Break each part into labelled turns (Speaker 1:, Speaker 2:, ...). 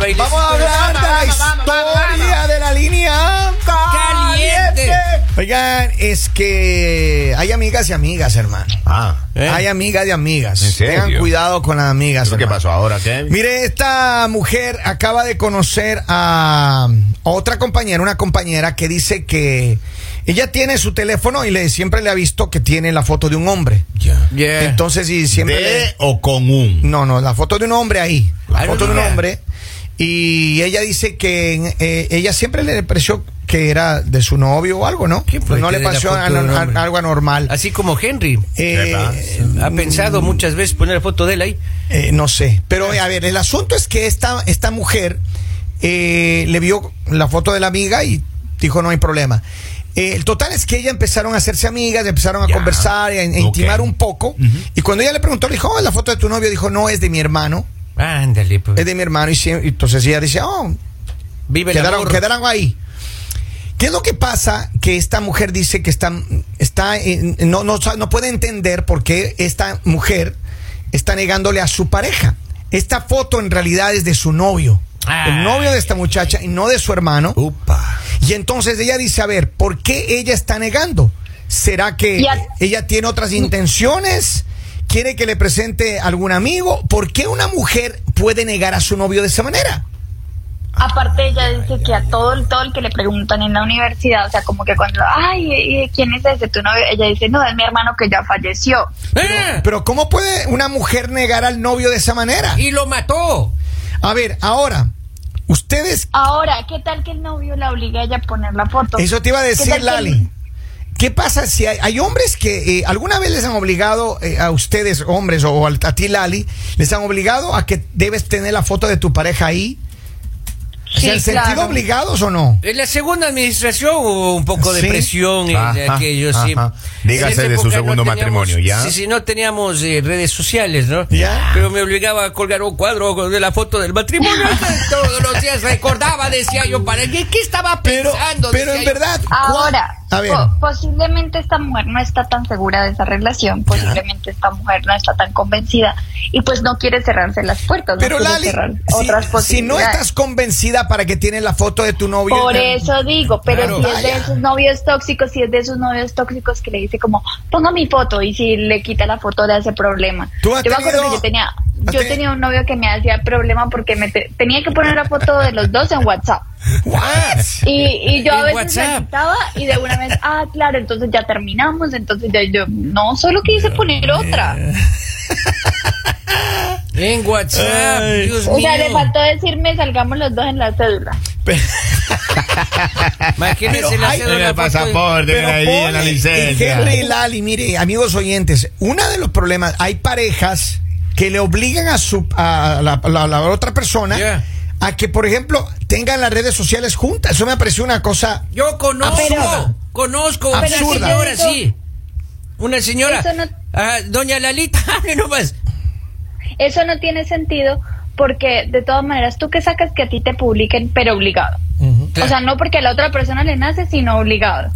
Speaker 1: bailes.
Speaker 2: Vamos a hablar de la historia de la línea
Speaker 1: Caliente.
Speaker 2: Oigan, es que hay amigas y amigas, hermano.
Speaker 3: Ah,
Speaker 1: ¿Eh?
Speaker 2: Hay amigas y amigas.
Speaker 3: ¿En serio?
Speaker 2: Tengan cuidado con las amigas.
Speaker 3: ¿eso qué
Speaker 2: hermano.
Speaker 3: pasó ahora? ¿Qué?
Speaker 2: Mire, esta mujer acaba de conocer a otra compañera, una compañera que dice que ella tiene su teléfono y le siempre le ha visto que tiene la foto de un hombre.
Speaker 3: Ya.
Speaker 1: Yeah.
Speaker 2: Entonces, y siempre le-
Speaker 3: Eh. ¿De o con un?
Speaker 2: No, no, la foto de un hombre ahí. La
Speaker 1: Ay,
Speaker 2: foto de un
Speaker 1: mira.
Speaker 2: hombre. Y ella dice que eh, ella siempre le pareció que era de su novio o algo, ¿no?
Speaker 1: ¿Qué puede
Speaker 2: No le
Speaker 1: tener la
Speaker 2: pareció
Speaker 1: foto de un
Speaker 2: ano-
Speaker 1: hombre?
Speaker 2: algo anormal.
Speaker 1: Así como Henry.
Speaker 2: Eh,
Speaker 1: Ha pensado muchas veces poner la foto de él ahí.
Speaker 2: eh, no sé. Pero eh, a ver, el asunto es que esta, esta mujer eh, le vio la foto de la amiga y dijo no hay problema. Eh, el total es que ella empezaron a hacerse amigas, empezaron a
Speaker 3: Ya.
Speaker 2: conversar, a, in- a intimar
Speaker 3: Ok.
Speaker 2: un poco. Y cuando ella le preguntó, le dijo, oh, la foto de tu novio, dijo, no, es de mi hermano.
Speaker 1: Ándale, pues.
Speaker 2: Es de mi hermano. Y, sie- y entonces ella dice, oh,
Speaker 1: Vive el
Speaker 2: quedaron,
Speaker 1: amor.
Speaker 2: quedaron ahí. ¿Qué es lo que pasa? Que esta mujer dice que está, está en- no, no, sa- no puede entender por qué esta mujer está negándole a su pareja. Esta foto en realidad es de su novio. El
Speaker 1: Ay.
Speaker 2: novio de esta muchacha y no de su hermano.
Speaker 3: Upa.
Speaker 2: Y entonces ella dice, a ver, ¿por qué ella está negando? ¿Será que
Speaker 4: Y a-
Speaker 2: ella tiene otras intenciones? ¿Quiere que le presente algún amigo? ¿Por qué una mujer puede negar a su novio de esa manera?
Speaker 4: Aparte ella dice que a todo el todo el que le preguntan en la universidad, o sea, como que cuando, ay, eh, ¿quién es ese tu novio? Ella dice, no, es mi hermano que ya falleció.
Speaker 1: ¡Ah!
Speaker 2: Pero ¿cómo puede una mujer negar al novio de esa manera?
Speaker 1: Y lo mató.
Speaker 2: A ver, ahora, ustedes,
Speaker 4: Ahora, ¿qué tal que el novio la obliga a ella a poner la foto?
Speaker 2: eso te iba a
Speaker 4: ¿Qué
Speaker 2: decir
Speaker 4: tal que-
Speaker 2: Lali. ¿Qué pasa si hay, hay hombres que eh, alguna vez les han obligado eh, a ustedes, hombres, o al- a, ti Lali, les han obligado a que debes tener la foto de tu pareja ahí? ¿Se
Speaker 4: Sí,
Speaker 2: han sentido
Speaker 4: claro.
Speaker 2: obligados o no?
Speaker 1: En la segunda administración hubo un poco de
Speaker 2: Sí.
Speaker 1: presión en
Speaker 3: Ajá,
Speaker 1: aquello, sí.
Speaker 3: ajá. Dígase
Speaker 1: En esa
Speaker 3: de su
Speaker 1: época
Speaker 3: segundo matrimonio, ¿ya?
Speaker 1: Sí, sí, no teníamos eh, redes sociales, ¿no?
Speaker 2: Ya.
Speaker 1: Pero me obligaba a colgar un cuadro de la foto del matrimonio. Todos los días recordaba, decía yo, ¿para qué, qué estaba
Speaker 2: Pero,
Speaker 1: pensando?
Speaker 2: pero
Speaker 1: Decía
Speaker 2: en
Speaker 1: yo.
Speaker 2: verdad, ¿cuál-
Speaker 4: Ahora,
Speaker 2: a ver,
Speaker 4: po- posiblemente esta mujer no está tan segura de esa relación, posiblemente esta mujer no está tan convencida y pues no quiere cerrarse las puertas, no
Speaker 2: pero
Speaker 4: quiere
Speaker 2: Lali,
Speaker 4: cerrar
Speaker 2: si-
Speaker 4: otras
Speaker 2: si, no
Speaker 4: posibilidades.
Speaker 2: estás convencida para que tienes la foto de tu novio,
Speaker 4: Por
Speaker 2: te-
Speaker 4: eso digo, pero
Speaker 2: Claro,
Speaker 4: si es
Speaker 1: Ah,
Speaker 2: vaya.
Speaker 4: de esos novios tóxicos, si es de esos novios tóxicos que le dice como, ponga mi foto y si le quita la foto le hace problema.
Speaker 2: ¿Tú
Speaker 4: Yo
Speaker 2: has
Speaker 4: me acuerdo
Speaker 2: tenido-
Speaker 4: que yo tenía,
Speaker 2: has
Speaker 4: yo
Speaker 2: teni-
Speaker 4: tenía un novio que me hacía problema porque me te- tenía que poner la foto de los dos en WhatsApp.
Speaker 2: ¿What?
Speaker 4: Y, y yo a
Speaker 1: En
Speaker 4: veces me
Speaker 1: WhatsApp.
Speaker 4: quitaba y de una vez, ah, claro, entonces ya terminamos, entonces ya yo, no, solo quise poner otra.
Speaker 1: En WhatsApp, Dios
Speaker 4: O sea,
Speaker 1: mío.
Speaker 4: le faltó decirme, salgamos los dos en la cédula.
Speaker 1: Imagínese
Speaker 2: Pero
Speaker 1: la
Speaker 2: hay-
Speaker 1: cédula,
Speaker 3: En el
Speaker 1: foto de-
Speaker 3: pasaporte, en
Speaker 2: Pero
Speaker 3: la ID, en la
Speaker 2: ponle,
Speaker 3: licencia.
Speaker 2: Henry Lali, mire, amigos oyentes, uno de los problemas, hay parejas que le obligan a, su, a la, la- la otra persona
Speaker 1: Yeah.
Speaker 2: a que, por ejemplo, tengan las redes sociales juntas. Eso me pareció una cosa.
Speaker 1: Yo conozco,
Speaker 2: Absurda.
Speaker 1: conozco una
Speaker 2: Absurda.
Speaker 1: señora,
Speaker 4: Pero yo
Speaker 1: sí.
Speaker 4: digo-
Speaker 1: Una señora.
Speaker 4: Eso no-
Speaker 1: Ah, doña Lalita, hable nomás.
Speaker 4: Eso no tiene sentido porque de todas maneras tú que sacas que a ti te publiquen, pero obligado.
Speaker 1: Claro.
Speaker 4: O sea, no porque a la otra persona le nace, sino obligado.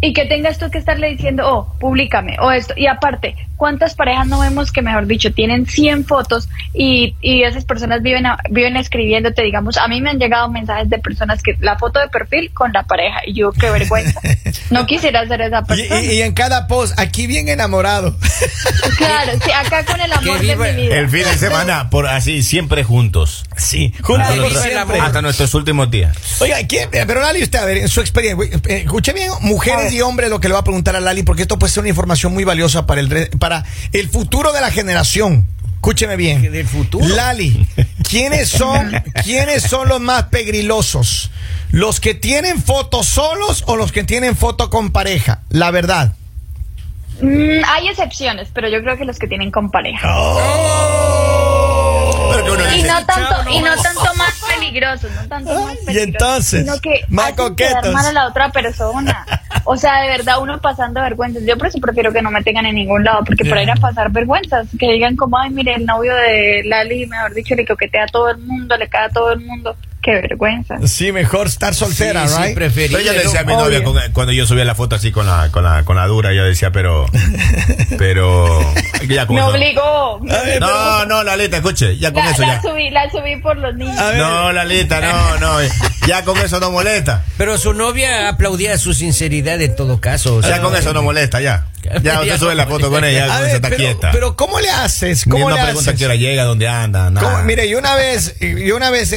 Speaker 4: Y que tengas tú que estarle diciendo, oh, públicame, o esto. Y aparte, ¿cuántas parejas no vemos que, mejor dicho, tienen 100 fotos y, y esas personas viven, a- viven escribiéndote, digamos, a mí me han llegado mensajes de personas que la foto de perfil con la pareja. Y yo, qué vergüenza. No quisiera ser esa
Speaker 2: Y,
Speaker 4: persona.
Speaker 2: y- y en cada post, aquí bien enamorado.
Speaker 4: claro, sí, acá con el amor
Speaker 1: Que
Speaker 4: de
Speaker 1: viva
Speaker 4: mi vida.
Speaker 3: El fin de semana, por así, siempre juntos.
Speaker 2: Sí,
Speaker 3: Hasta,
Speaker 1: por
Speaker 3: nuestro-
Speaker 1: siempre.
Speaker 3: hasta nuestros últimos días.
Speaker 2: Oiga, ¿quién? Eh, Pero Lali, usted, a ver, en su experiencia, güey, eh, escuche bien, mujeres y hombres, lo que le va a preguntar a Lali, porque esto puede ser una información muy valiosa para el, re- para el futuro de la generación. Escúcheme bien.
Speaker 1: Del futuro.
Speaker 2: Lali, ¿quiénes son, ¿quiénes son los más pegrilosos? ¿Los que tienen fotos solos o los que tienen foto con pareja? La verdad.
Speaker 4: Mm, hay excepciones, pero yo creo que los que tienen con pareja.
Speaker 3: Pero que uno
Speaker 4: Y
Speaker 3: Ah, dice,
Speaker 4: no tanto, y no tanto más peligrosos, no tanto más peligrosos.
Speaker 2: entonces,
Speaker 4: sino que
Speaker 2: más
Speaker 4: hacen
Speaker 2: coquetos.
Speaker 4: quedar mal a la otra persona. O sea, de verdad, uno pasando vergüenzas. Yo por eso prefiero que no me tengan en ningún lado, porque para ir a pasar vergüenzas, que digan como, ay, mire, el novio de Lali, mejor dicho, le coquetea a todo el mundo, le cae a todo el mundo. Qué vergüenza.
Speaker 2: Sí, mejor estar soltera,
Speaker 1: sí,
Speaker 2: right?
Speaker 3: Pero
Speaker 1: preferible,
Speaker 3: yo le decía a mi
Speaker 1: ¿no?
Speaker 3: novia
Speaker 4: Obvio.
Speaker 3: con- cuando yo subía la foto así con la, con la, con la dura, yo decía, pero. Pero. ya con
Speaker 4: Me
Speaker 3: eso-
Speaker 4: obligó.
Speaker 2: A ver, pero-
Speaker 3: No, no, Lalita, escuche, ya con
Speaker 4: La,
Speaker 3: eso
Speaker 4: la
Speaker 3: ya.
Speaker 4: subí, la subí por los niños.
Speaker 2: A ver.
Speaker 3: No, Lalita, no, no. eh, Ya con eso no molesta.
Speaker 1: Pero su novia aplaudía su sinceridad en todo caso. o sea,
Speaker 3: Ya con eso no molesta, ya. Ya usted sube la foto con ella, ya
Speaker 2: A
Speaker 3: con
Speaker 2: ver,
Speaker 3: eso está
Speaker 2: pero,
Speaker 3: quieta.
Speaker 2: pero ¿cómo le haces?
Speaker 3: Ni
Speaker 2: ¿Cómo
Speaker 3: no
Speaker 2: le
Speaker 3: pregunta
Speaker 2: haces?
Speaker 3: a qué hora llega, dónde anda, nada.
Speaker 2: ¿Cómo? Mire, yo una vez, yo una vez eh,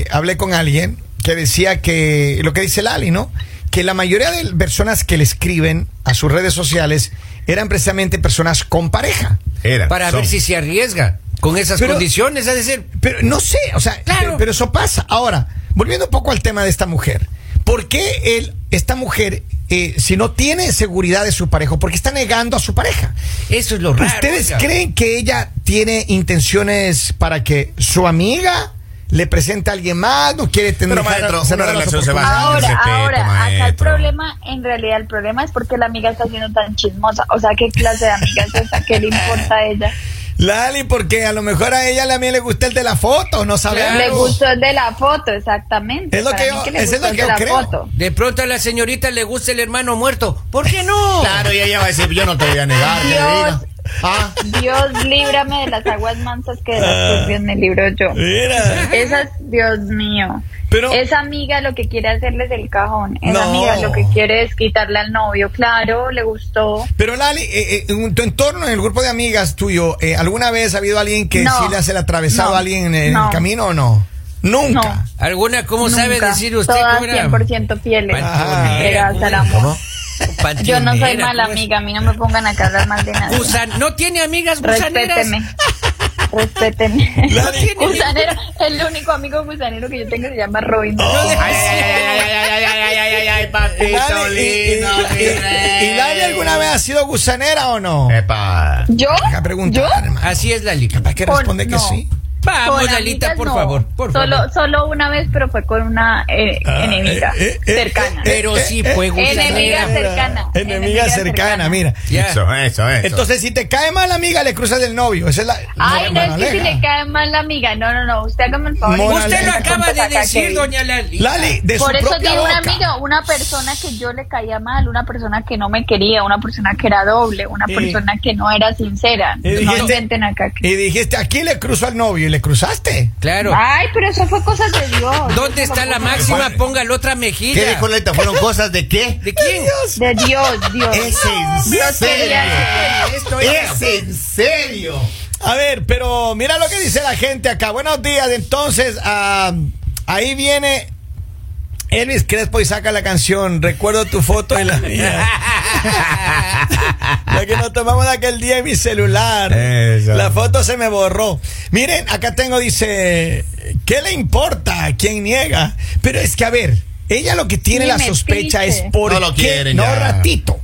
Speaker 2: eh, hablé con alguien que decía que, lo que dice Lali, ¿no? Que la mayoría de personas que le escriben a sus redes sociales eran precisamente personas con pareja.
Speaker 3: Era,
Speaker 1: Para
Speaker 3: son.
Speaker 1: ver si se arriesga con esas
Speaker 2: Pero-
Speaker 1: condiciones, es decir,
Speaker 2: Pero no sé, o sea,
Speaker 1: Claro.
Speaker 2: pero, pero eso pasa. Ahora, volviendo un poco al tema de esta mujer. ¿Por qué él, esta mujer, eh, si no tiene seguridad de su pareja, porque está negando a su pareja?
Speaker 1: eso es lo raro.
Speaker 2: ¿Ustedes
Speaker 1: oiga.
Speaker 2: creen que ella tiene intenciones para que su amiga le presente a alguien más? ¿No quiere tener
Speaker 3: Pero, maestro, una
Speaker 2: cerrar Ah, las
Speaker 3: relación se
Speaker 2: oportunidades?
Speaker 3: basa en
Speaker 4: Ahora,
Speaker 3: respeto,
Speaker 4: ahora, acá el
Speaker 3: maestro.
Speaker 4: problema, en realidad el problema es porque la amiga está siendo tan chismosa. O sea, ¿qué clase de amiga es esta? ¿Qué le importa a ella?
Speaker 2: Lali, porque a lo mejor a ella también le gusta el de la foto, no sabemos.
Speaker 4: Le gustó el de la foto, exactamente.
Speaker 2: Es lo
Speaker 4: Para
Speaker 2: que
Speaker 4: mí
Speaker 2: yo- eso
Speaker 4: le
Speaker 2: es
Speaker 4: gustó
Speaker 2: lo
Speaker 4: el
Speaker 2: que
Speaker 4: de
Speaker 2: yo
Speaker 4: la
Speaker 2: creo.
Speaker 4: foto.
Speaker 1: De pronto a la señorita le gusta el hermano muerto. ¿Por qué no?
Speaker 3: Claro, y ella va a decir, yo no te voy a negar, que
Speaker 4: Dios.
Speaker 3: diga. Ah,
Speaker 4: Dios líbrame de las aguas mansas que de las
Speaker 2: Ah.
Speaker 4: turbias me libro yo.
Speaker 2: Mira.
Speaker 4: Esas, Dios mío.
Speaker 2: Pero-
Speaker 4: Esa amiga lo que quiere hacerles el cajón. Esa
Speaker 2: No.
Speaker 4: amiga lo que quiere es quitarle al novio. Claro, le gustó.
Speaker 2: Pero Lali, eh, eh, en tu entorno, en el grupo de amigas tuyo, eh, ¿alguna vez ha habido alguien que
Speaker 4: No.
Speaker 2: sí le hace el atravesado
Speaker 4: No.
Speaker 2: a alguien en el
Speaker 4: No.
Speaker 2: camino o no? Nunca.
Speaker 4: No.
Speaker 1: ¿Alguna, cómo sabe
Speaker 4: Nunca.
Speaker 1: decir usted?
Speaker 4: Todas
Speaker 1: cómo era?
Speaker 4: 100% fieles.
Speaker 2: Ajá.
Speaker 1: Panteonera,
Speaker 4: Llegadas al
Speaker 1: ¿cómo? ¿Cómo?
Speaker 4: amor. Yo no soy
Speaker 1: Panteonera, ¿cómo
Speaker 4: mala
Speaker 1: es?
Speaker 4: amiga, a mí no me pongan acá a hablar mal de nadie.
Speaker 1: Gusan- ¿No tiene amigas gusaneras?
Speaker 4: Respéteme. Respéteme.
Speaker 1: No tiene
Speaker 4: Gusanero, el único amigo gusanero que yo tengo se llama Robin.
Speaker 3: ay, ay, ay, ay, ay, ay, ay, ay, ay, ay, ay,
Speaker 2: ¿Y
Speaker 3: papito
Speaker 2: Lali, y-
Speaker 3: lindo, mi
Speaker 2: y- y- y- y Lali
Speaker 3: rey.
Speaker 2: alguna vez ha sido gusanera o no?
Speaker 3: Epa.
Speaker 4: ¿Yo?
Speaker 2: Deja preguntar,
Speaker 4: ¿Yo?
Speaker 2: hermano.
Speaker 1: Así es, Lali.
Speaker 2: Capaz que
Speaker 4: Por-
Speaker 2: responde que
Speaker 4: no.
Speaker 2: sí.
Speaker 1: Vamos,
Speaker 4: Con
Speaker 1: Lalita,
Speaker 4: amigas,
Speaker 1: por
Speaker 4: no.
Speaker 1: favor. Por
Speaker 4: solo,
Speaker 1: favor.
Speaker 4: Solo una vez, pero fue con una eh,
Speaker 2: Ah,
Speaker 4: enemiga
Speaker 2: eh, eh,
Speaker 4: cercana.
Speaker 2: eh,
Speaker 1: Pero sí fue
Speaker 4: Enemiga
Speaker 1: gusanera.
Speaker 4: cercana.
Speaker 2: Enemiga cercana, mira.
Speaker 1: Ya.
Speaker 3: Eso, eso, eso.
Speaker 2: Entonces, si te cae mal, amiga, le cruzas el novio. Esa es la.
Speaker 4: Ay, no, es que si
Speaker 2: moraleja.
Speaker 4: le cae mal la amiga. No, no, no. Usted hágame el favor.
Speaker 2: Moral-
Speaker 1: Usted lo
Speaker 2: Lalita,
Speaker 1: acaba de decir, doña Lali.
Speaker 2: Lali, de
Speaker 4: Por
Speaker 2: su
Speaker 4: eso
Speaker 2: propia
Speaker 4: digo un
Speaker 2: boca.
Speaker 4: amigo, una persona que yo le caía mal, una persona que no me quería, una persona que era doble, una
Speaker 2: Y-
Speaker 4: persona que no era sincera.
Speaker 2: Y
Speaker 4: no
Speaker 2: dijiste-
Speaker 4: inventen acá. que-
Speaker 2: Y dijiste, aquí le cruzo al novio y le cruzaste.
Speaker 1: Claro.
Speaker 4: Ay, pero eso fue cosa de Dios.
Speaker 1: ¿Dónde
Speaker 4: Eso fue
Speaker 1: está la
Speaker 4: cosa
Speaker 1: máxima? Póngale otra mejilla.
Speaker 3: ¿Qué dijo Leta? ¿Fueron cosas de qué?
Speaker 1: ¿De quién?
Speaker 4: De Dios, Dios.
Speaker 3: Es en serio.
Speaker 1: Ah, Esto es-
Speaker 3: Es en serio.
Speaker 2: A ver, pero mira lo que dice la gente acá. Buenos días. Entonces, ah, ahí viene Elvis Crespo y saca la canción. Recuerdo tu foto en la mía. La que nos tomamos de aquel día en mi celular.
Speaker 3: Eso.
Speaker 2: La foto se me borró. Miren, acá tengo, dice, ¿qué le importa a quien niega? Pero es que, a ver, ella lo que tiene
Speaker 4: Ni
Speaker 2: la
Speaker 4: me
Speaker 2: sospecha
Speaker 4: pique.
Speaker 2: es por
Speaker 3: No lo
Speaker 2: qué-
Speaker 3: quieren
Speaker 2: no,
Speaker 3: ya.
Speaker 2: ratito.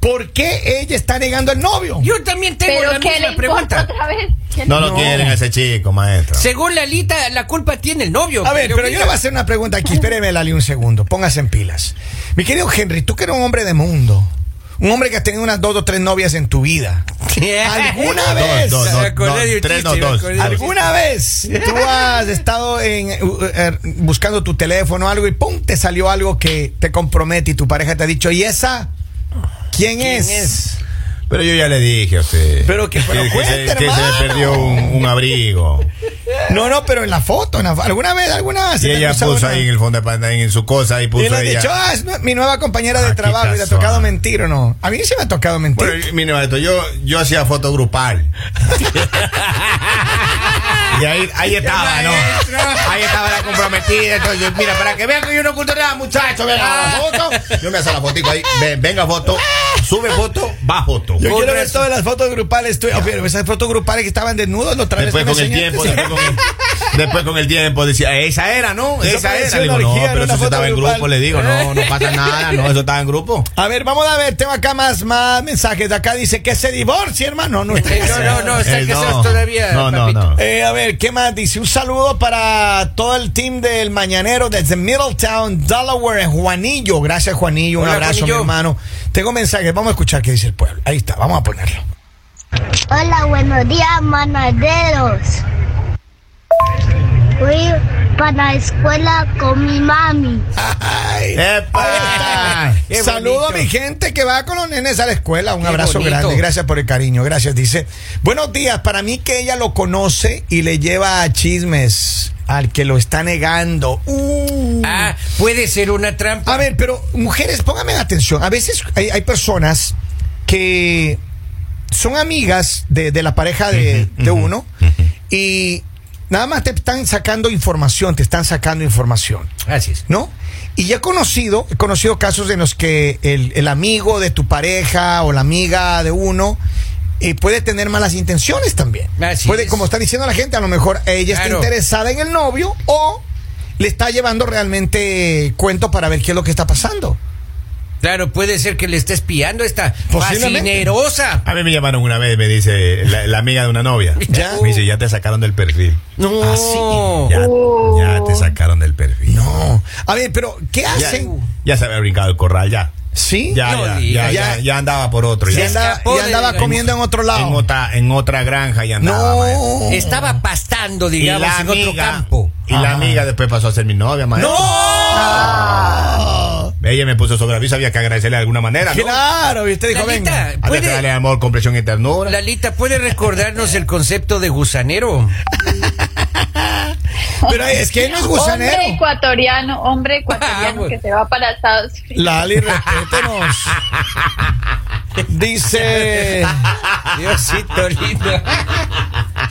Speaker 2: ¿Por qué ella está negando al novio?
Speaker 1: Yo también tengo
Speaker 4: Pero
Speaker 1: la
Speaker 4: ¿qué le
Speaker 1: misma
Speaker 4: importa
Speaker 1: pregunta.
Speaker 4: otra vez? ¿Qué
Speaker 3: No
Speaker 4: le-
Speaker 3: lo quieren a ese chico, maestro.
Speaker 1: Según Lalita, la culpa tiene el novio.
Speaker 2: A ver, pero yo le voy a
Speaker 1: diga-
Speaker 2: hacer una pregunta aquí. Espéreme, Lali, un segundo. Póngase en pilas. Mi querido Henry, tú que eres un hombre de mundo. Un hombre que has tenido unas dos o tres novias en tu vida. ¿Alguna
Speaker 3: Dos,
Speaker 2: vez?
Speaker 3: dos, dos,
Speaker 1: Me acordé de un
Speaker 3: tres, no,
Speaker 1: chiste, me
Speaker 3: dos.
Speaker 1: acordé de un
Speaker 2: ¿Alguna vez tú has estado en, eh, uh, eh, buscando tu teléfono o algo y pum, te salió algo que te compromete y tu pareja te ha dicho, ¿y esa? ¿Quién, es?
Speaker 3: Pero yo ya le dije a usted.
Speaker 2: Pero que- pero
Speaker 3: se,
Speaker 2: cuente,
Speaker 3: que se
Speaker 2: hermano.
Speaker 3: le perdió un, un abrigo.
Speaker 2: No, no, pero en la foto, en la fo- ¿alguna vez? ¿Alguna?
Speaker 3: Y
Speaker 2: se te
Speaker 3: ella
Speaker 2: cruza
Speaker 3: puso
Speaker 2: una?
Speaker 3: ahí en el fondo de pantalla, en su cosa, y
Speaker 2: Y
Speaker 3: puso
Speaker 2: le han
Speaker 3: ella. Ah,
Speaker 2: dicho, ah, es nu- mi nueva compañera de
Speaker 3: Aquí
Speaker 2: trabajo y le ha
Speaker 3: está
Speaker 2: tocado
Speaker 3: suave.
Speaker 2: mentir o no. A mí sí me ha tocado mentir.
Speaker 3: Bueno, y- mire, maestro, yo, yo hacía foto grupal. y ahí, ahí estaba, ¿no?
Speaker 1: maestro.
Speaker 3: Ahí estaba la comprometida. Entonces, yo, mira, para que vean que yo no oculto nada, muchachos, venga la foto. Yo me hacía la fotico ahí. Ven- venga foto, sube foto, va foto.
Speaker 2: Yo
Speaker 1: Con
Speaker 2: quiero ver
Speaker 1: razón.
Speaker 2: todas las fotos grupales tuyas. Oye, Esas fotos grupales que estaban desnudos, lo traes
Speaker 3: Después con el tiempo, después con el, después con el tiempo decía, esa era, ¿no?
Speaker 2: Eso
Speaker 3: Esa
Speaker 2: parecía
Speaker 3: era. Le digo,
Speaker 2: una
Speaker 3: no,
Speaker 2: orgía, era
Speaker 3: pero
Speaker 2: una
Speaker 3: eso sí
Speaker 2: foto
Speaker 3: estaba en
Speaker 2: grupal".
Speaker 3: grupo, le digo, no, no pasa nada, no, eso estaba en grupo.
Speaker 2: A ver, vamos a ver, tengo acá más, más mensajes. De acá dice que se divorcie, hermano. No,
Speaker 1: Eh, no, no, no, está
Speaker 3: Eh,
Speaker 1: que
Speaker 3: no.
Speaker 1: seas todavía.
Speaker 3: No, no,
Speaker 1: papito.
Speaker 3: no.
Speaker 2: Eh, a ver, ¿qué más dice? Un saludo para todo el team del Mañanero desde Middletown, Delaware, Juanillo. Gracias, Juanillo. Un
Speaker 1: Hola,
Speaker 2: abrazo,
Speaker 1: Juanillo.
Speaker 2: mi hermano. Tengo mensajes, vamos a escuchar qué dice el pueblo. Ahí está, vamos a ponerlo.
Speaker 5: Hola, buenos días, manaderos. Hoy, para la escuela con mi mami.
Speaker 2: Ay.
Speaker 3: ¡Epa!
Speaker 2: Ahí
Speaker 1: Qué
Speaker 2: está. Saludo a
Speaker 1: bonito.
Speaker 2: mi gente que va con los nenes a la escuela. Un
Speaker 1: Qué
Speaker 2: abrazo
Speaker 1: bonito.
Speaker 2: grande. Gracias por el cariño. Gracias. Dice, buenos días. Para mí que ella lo conoce y le lleva a chismes al que lo está negando. Uh.
Speaker 1: Ah, puede ser una trampa.
Speaker 2: A ver, pero mujeres, pónganme atención. A veces hay, hay personas que son amigas de, de la pareja de, de uno y nada más te están sacando información, te están sacando información.
Speaker 1: Así es.
Speaker 2: ¿no? Y ya he conocido, he conocido casos en los que el, el amigo de tu pareja o la amiga de uno eh, puede tener malas intenciones también.
Speaker 1: Así
Speaker 2: puede,
Speaker 1: es.
Speaker 2: como está diciendo la gente, a lo mejor ella
Speaker 1: Claro.
Speaker 2: está interesada en el novio o le está llevando realmente cuento para ver qué es lo que está pasando.
Speaker 1: Claro, puede ser que le esté espiando esta
Speaker 2: Posiblemente.
Speaker 1: fascinerosa.
Speaker 3: A mí me llamaron una vez, me dice la, la amiga de una novia.
Speaker 2: Ya.
Speaker 3: Me dice, ya te sacaron del perfil.
Speaker 1: No.
Speaker 3: Ah, sí. Ya,
Speaker 4: Oh.
Speaker 3: ya te sacaron del perfil.
Speaker 2: No. A ver, pero ¿qué
Speaker 3: Ya,
Speaker 2: hacen?
Speaker 3: ya se había brincado el corral, ya.
Speaker 2: ¿Sí?
Speaker 3: Ya,
Speaker 1: No
Speaker 3: ya,
Speaker 1: digas.
Speaker 3: ya, ya, ya andaba por otro.
Speaker 2: Ya
Speaker 3: Ya,
Speaker 2: andaba,
Speaker 1: escapó
Speaker 2: ya
Speaker 1: de-
Speaker 2: andaba
Speaker 1: en-
Speaker 2: comiendo en otro lado.
Speaker 3: En otra, en otra granja ya andaba. maestro.
Speaker 2: no.
Speaker 1: Estaba pastando,
Speaker 3: Y
Speaker 1: digamos,
Speaker 3: la
Speaker 1: en otro
Speaker 3: amiga-
Speaker 1: campo.
Speaker 3: Y la
Speaker 2: Ah.
Speaker 3: amiga después pasó a ser mi novia, maestro.
Speaker 2: ¡Oh!
Speaker 3: Ella me puso sobre aviso, había que agradecerle de alguna manera, ¿no?
Speaker 2: Claro, y usted dijo,
Speaker 1: Lalita,
Speaker 2: venga.
Speaker 3: Había que darle
Speaker 1: ¿puede,
Speaker 3: amor, comprensión y ternura.
Speaker 1: Lalita, ¿puede recordarnos el concepto de gusanero?
Speaker 2: Pero es que él no es gusanero.
Speaker 4: Hombre ecuatoriano, hombre ecuatoriano
Speaker 1: Vamos.
Speaker 4: que se va para Estados Unidos.
Speaker 2: Lali, respétenos. Dice,
Speaker 1: Diosito lindo.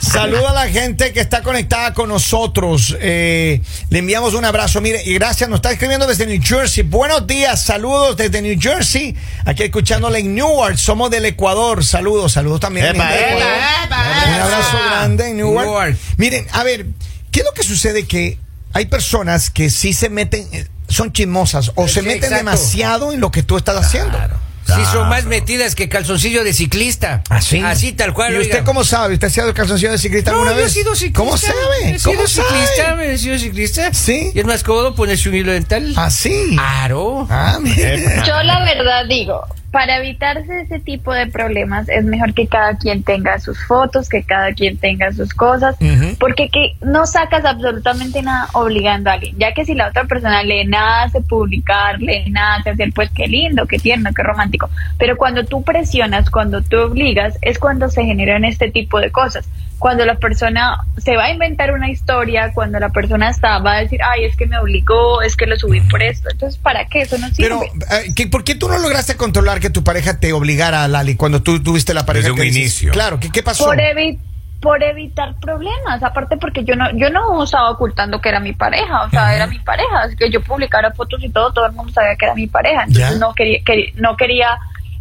Speaker 2: saluda a la gente que está conectada con nosotros. Eh, le enviamos un abrazo. Mire, y gracias, nos está escribiendo desde New Jersey. Buenos días, saludos desde New Jersey. Aquí escuchándole en Newark, somos del Ecuador. Saludos, saludos también.
Speaker 3: Epa,
Speaker 2: Lindo
Speaker 3: epa,
Speaker 2: Ecuador.
Speaker 3: epa,
Speaker 2: Un
Speaker 3: epa.
Speaker 2: abrazo grande en Newark.
Speaker 1: Newark.
Speaker 2: Miren, a ver, ¿qué es lo que sucede? Que hay personas que sí se meten, eh, son chismosas o se
Speaker 1: Sí,
Speaker 2: meten
Speaker 1: exacto.
Speaker 2: demasiado en lo que tú estás haciendo.
Speaker 1: Sí, son
Speaker 3: Claro.
Speaker 1: más metidas que calzoncillo de ciclista.
Speaker 2: Así.
Speaker 1: Así, tal cual.
Speaker 2: Ah, ¿Y usted
Speaker 1: oiga.
Speaker 2: cómo sabe? ¿Usted ha sido calzoncillo de ciclista
Speaker 1: No,
Speaker 2: alguna
Speaker 1: yo
Speaker 2: vez?
Speaker 1: he sido ciclista.
Speaker 2: ¿Cómo sabe?
Speaker 1: He sido
Speaker 2: ¿Cómo
Speaker 1: ciclista,
Speaker 2: sabe?
Speaker 1: me he sido ciclista.
Speaker 2: Sí. Ah.
Speaker 1: Y es más cómodo ponerse un hilo dental.
Speaker 2: Así.
Speaker 1: Claro.
Speaker 2: Ah, mire.
Speaker 4: Yo la verdad digo, para evitarse ese tipo de problemas es mejor que cada quien tenga sus fotos, que cada quien tenga sus cosas,
Speaker 2: Ujú.
Speaker 4: porque que no sacas absolutamente nada obligando a alguien, ya que si la otra persona le nace publicar, le nace hacer, pues qué lindo, qué tierno, qué romántico, pero cuando tú presionas, cuando tú obligas, es cuando se generan este tipo de cosas. Cuando la persona se va a inventar una historia, cuando la persona está, va a decir, ay, es que me obligó, es que lo subí por esto. Entonces, ¿para qué? Eso no sirve.
Speaker 2: Pero, eh, ¿qué- ¿por qué tú no lograste controlar que tu pareja te obligara a Lali cuando tú tuviste la pareja?
Speaker 3: Desde un
Speaker 2: que dices-
Speaker 3: inicio.
Speaker 2: Claro, ¿qué, qué pasó?
Speaker 4: por evi- por evitar problemas aparte porque yo no yo no estaba ocultando que era mi pareja o sea era mi pareja es que yo publicara fotos y todo todo el mundo sabía que era mi pareja entonces
Speaker 2: Ya.
Speaker 4: no quería que- no quería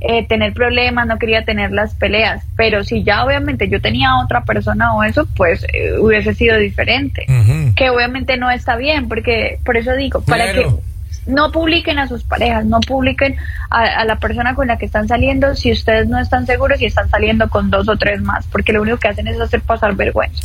Speaker 4: eh, tener problemas no quería tener las peleas pero si ya obviamente yo tenía otra persona o eso pues eh, hubiese sido diferente
Speaker 2: Ujú.
Speaker 4: que obviamente no está bien porque por eso digo para
Speaker 1: Claro.
Speaker 4: que no publiquen a sus parejas, no publiquen a, a la persona con la que están saliendo si ustedes no están seguros y están saliendo con dos o tres más, porque lo único que hacen es hacer pasar vergüenza.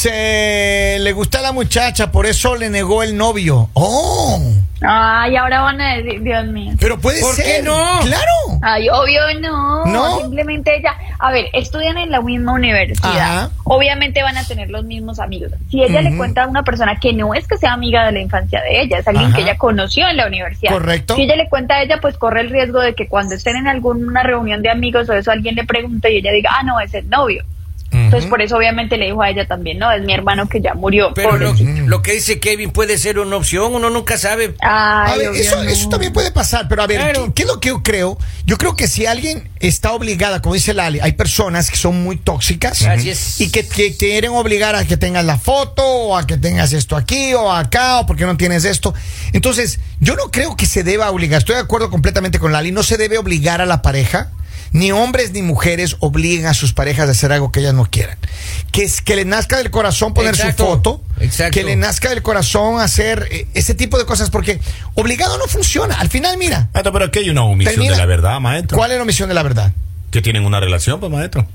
Speaker 2: Dice, le gusta la muchacha, por eso le negó el novio. Oh,
Speaker 4: Ay, ahora van a decir, Dios mío.
Speaker 2: pero puede
Speaker 1: ¿Por qué
Speaker 2: ser.
Speaker 1: no?
Speaker 2: Claro.
Speaker 4: Ay, obvio no.
Speaker 2: ¿No?
Speaker 4: Simplemente ella. A ver, estudian en la misma universidad.
Speaker 2: Ajá.
Speaker 4: Obviamente van a tener los mismos amigos. Si ella le
Speaker 2: Ujú.
Speaker 4: cuenta a una persona que no es que sea amiga de la infancia de ella, es alguien
Speaker 2: Ajá.
Speaker 4: que ella conoció en la universidad.
Speaker 2: Correcto.
Speaker 4: Si ella le cuenta a ella, pues corre el riesgo de que cuando estén en alguna reunión de amigos o eso, alguien le pregunte y ella diga, ah, no, es el novio. Entonces, por eso obviamente le dijo a ella también, no, es mi hermano que ya murió.
Speaker 1: Pero lo,
Speaker 4: pobrecito".
Speaker 1: lo que dice Kevin puede ser una opción, uno nunca sabe.
Speaker 4: Ay,
Speaker 2: A ver,
Speaker 4: obvio
Speaker 2: eso,
Speaker 4: no.
Speaker 2: eso también puede pasar, pero a ver,
Speaker 1: Claro.
Speaker 2: ¿qué, qué es lo que yo creo? Yo creo que si alguien está obligada, como dice Lali, hay personas que son muy tóxicas
Speaker 1: Así es.
Speaker 2: y que, que quieren obligar a que tengas la foto o a que tengas esto aquí o acá o porque no tienes esto. Entonces, yo no creo que se deba obligar, estoy de acuerdo completamente con Lali, no se debe obligar a la pareja. Ni hombres ni mujeres obligan a sus parejas a hacer algo que ellas no quieran. Que, es, que le nazca del corazón poner
Speaker 1: Exacto,
Speaker 2: su foto.
Speaker 1: exacto.
Speaker 2: Que le nazca del corazón hacer eh, ese tipo de cosas porque obligado no funciona. Al final, mira,
Speaker 3: Maestro, pero es que hay una omisión
Speaker 2: Termina.
Speaker 3: de la verdad, maestro.
Speaker 2: ¿cuál es la omisión de la verdad?
Speaker 3: Que tienen una relación, pues, maestro.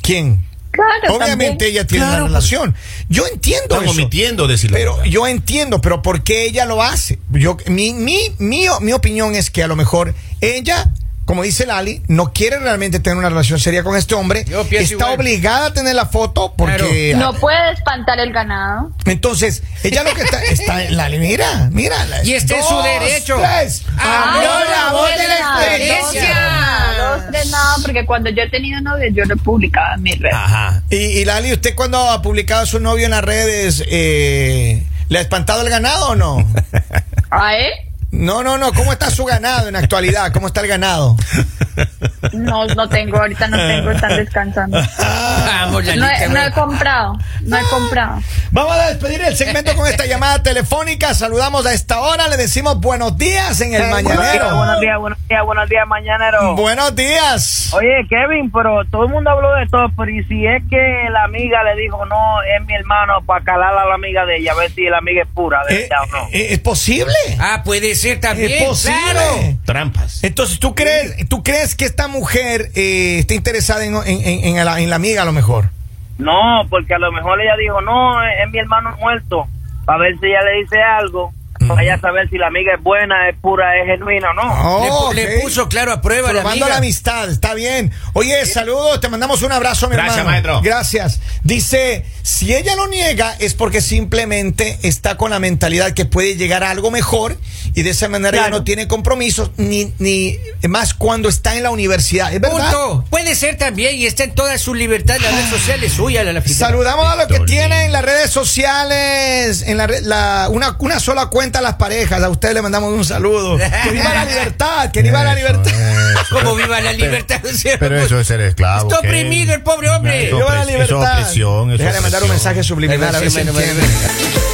Speaker 2: ¿Quién?
Speaker 4: Claro,
Speaker 2: Obviamente
Speaker 4: también.
Speaker 2: ella tiene
Speaker 3: Claro,
Speaker 2: una
Speaker 3: pues.
Speaker 2: relación. Yo entiendo
Speaker 3: Están
Speaker 2: eso.
Speaker 3: omitiendo decir la
Speaker 2: Pero
Speaker 3: verdad.
Speaker 2: yo entiendo, pero ¿por qué ella lo hace? Yo mi mi mi, mi opinión es que a lo mejor ella como dice Lali, no quiere realmente tener una relación seria con este hombre.
Speaker 1: Yo
Speaker 2: Está
Speaker 1: pienso igual.
Speaker 2: obligada a tener la foto porque...
Speaker 4: No puede espantar el ganado.
Speaker 2: Entonces, ella lo que está... está Lali, mira, mira. la-
Speaker 1: Y este es su
Speaker 2: dos,
Speaker 1: derecho.
Speaker 2: tres.
Speaker 1: Ah,
Speaker 2: Habló
Speaker 1: no,
Speaker 2: la voz de la
Speaker 4: nada,
Speaker 2: experiencia.
Speaker 4: No, no, de nada, porque cuando yo he tenido novio, yo lo he publicado en mis redes.
Speaker 2: Ah.
Speaker 1: Ajá.
Speaker 2: Y, y Lali, ¿usted cuando ha publicado a su novio en las redes, eh, le ha espantado el ganado o no?
Speaker 4: ¿A él?
Speaker 2: No, no, no. ¿Cómo está su ganado en la actualidad? ¿Cómo está el ganado?
Speaker 4: No, no tengo, ahorita no tengo, están descansando.
Speaker 1: Vamos,
Speaker 4: Ah, No he,
Speaker 1: Lalita.
Speaker 4: no he comprado, no he comprado.
Speaker 2: Vamos a despedir el segmento con esta llamada telefónica. Saludamos a esta hora, le decimos buenos días en el mañanero.
Speaker 6: Buenos días, buenos días, buenos días, mañanero.
Speaker 2: Buenos días.
Speaker 6: Oye, Kevin, pero todo el mundo habló de todo, pero ¿y si es que la amiga le dijo, no, es mi hermano, para calar a la amiga de ella, a ver si la amiga es pura, de
Speaker 2: Eh,
Speaker 6: verdad o no?
Speaker 2: eh, ¿Es posible?
Speaker 1: Ah, puede ser también.
Speaker 2: Es posible.
Speaker 1: Claro.
Speaker 3: Eh, Trampas.
Speaker 2: Entonces, ¿tú crees, ¿tú crees que esta mujer eh, está interesada en, en- en- en la, en la amiga a lo mejor?
Speaker 6: No, porque a lo mejor ella dijo, no, es, es mi hermano muerto, para ver si ella le dice algo, para ella saber si la amiga es buena, es pura, es genuina o no.
Speaker 1: Le,
Speaker 2: Oh,
Speaker 1: pu- le
Speaker 2: ok.
Speaker 1: puso claro a prueba la
Speaker 2: Probando
Speaker 1: amiga.
Speaker 2: la amistad, está bien. Oye, saludos, te mandamos un abrazo, mi
Speaker 3: Gracias,
Speaker 2: hermano.
Speaker 3: maestro.
Speaker 2: Gracias. Dice, si ella lo niega es porque simplemente está con la mentalidad que puede llegar a algo mejor y de esa manera ya no tiene compromisos ni, ni más cuando está en la universidad. ¿Es verdad?
Speaker 1: Punto. Puede ser también y está en toda su libertad en las redes sociales. Suya la, la
Speaker 2: Saludamos a los que
Speaker 3: Pistolín.
Speaker 2: tienen en las redes sociales, en la, red- la- una, una sola cuenta a las parejas. A ustedes les mandamos un saludo. Que viva la libertad, que viva la
Speaker 3: Eso, eh.
Speaker 2: libertad.
Speaker 3: eso.
Speaker 1: Como viva la libertad.
Speaker 3: Pero eso es ser esclavo.
Speaker 1: Está
Speaker 3: ¿qué?
Speaker 1: oprimido el pobre hombre.
Speaker 3: Eso
Speaker 2: Viva la
Speaker 3: opres- eso
Speaker 2: libertad.
Speaker 3: opresión, eso
Speaker 2: Déjale mandar un
Speaker 3: opresión.
Speaker 2: mensaje subliminal a ver si
Speaker 1: Bueno, bueno,
Speaker 2: entiende.
Speaker 1: bueno.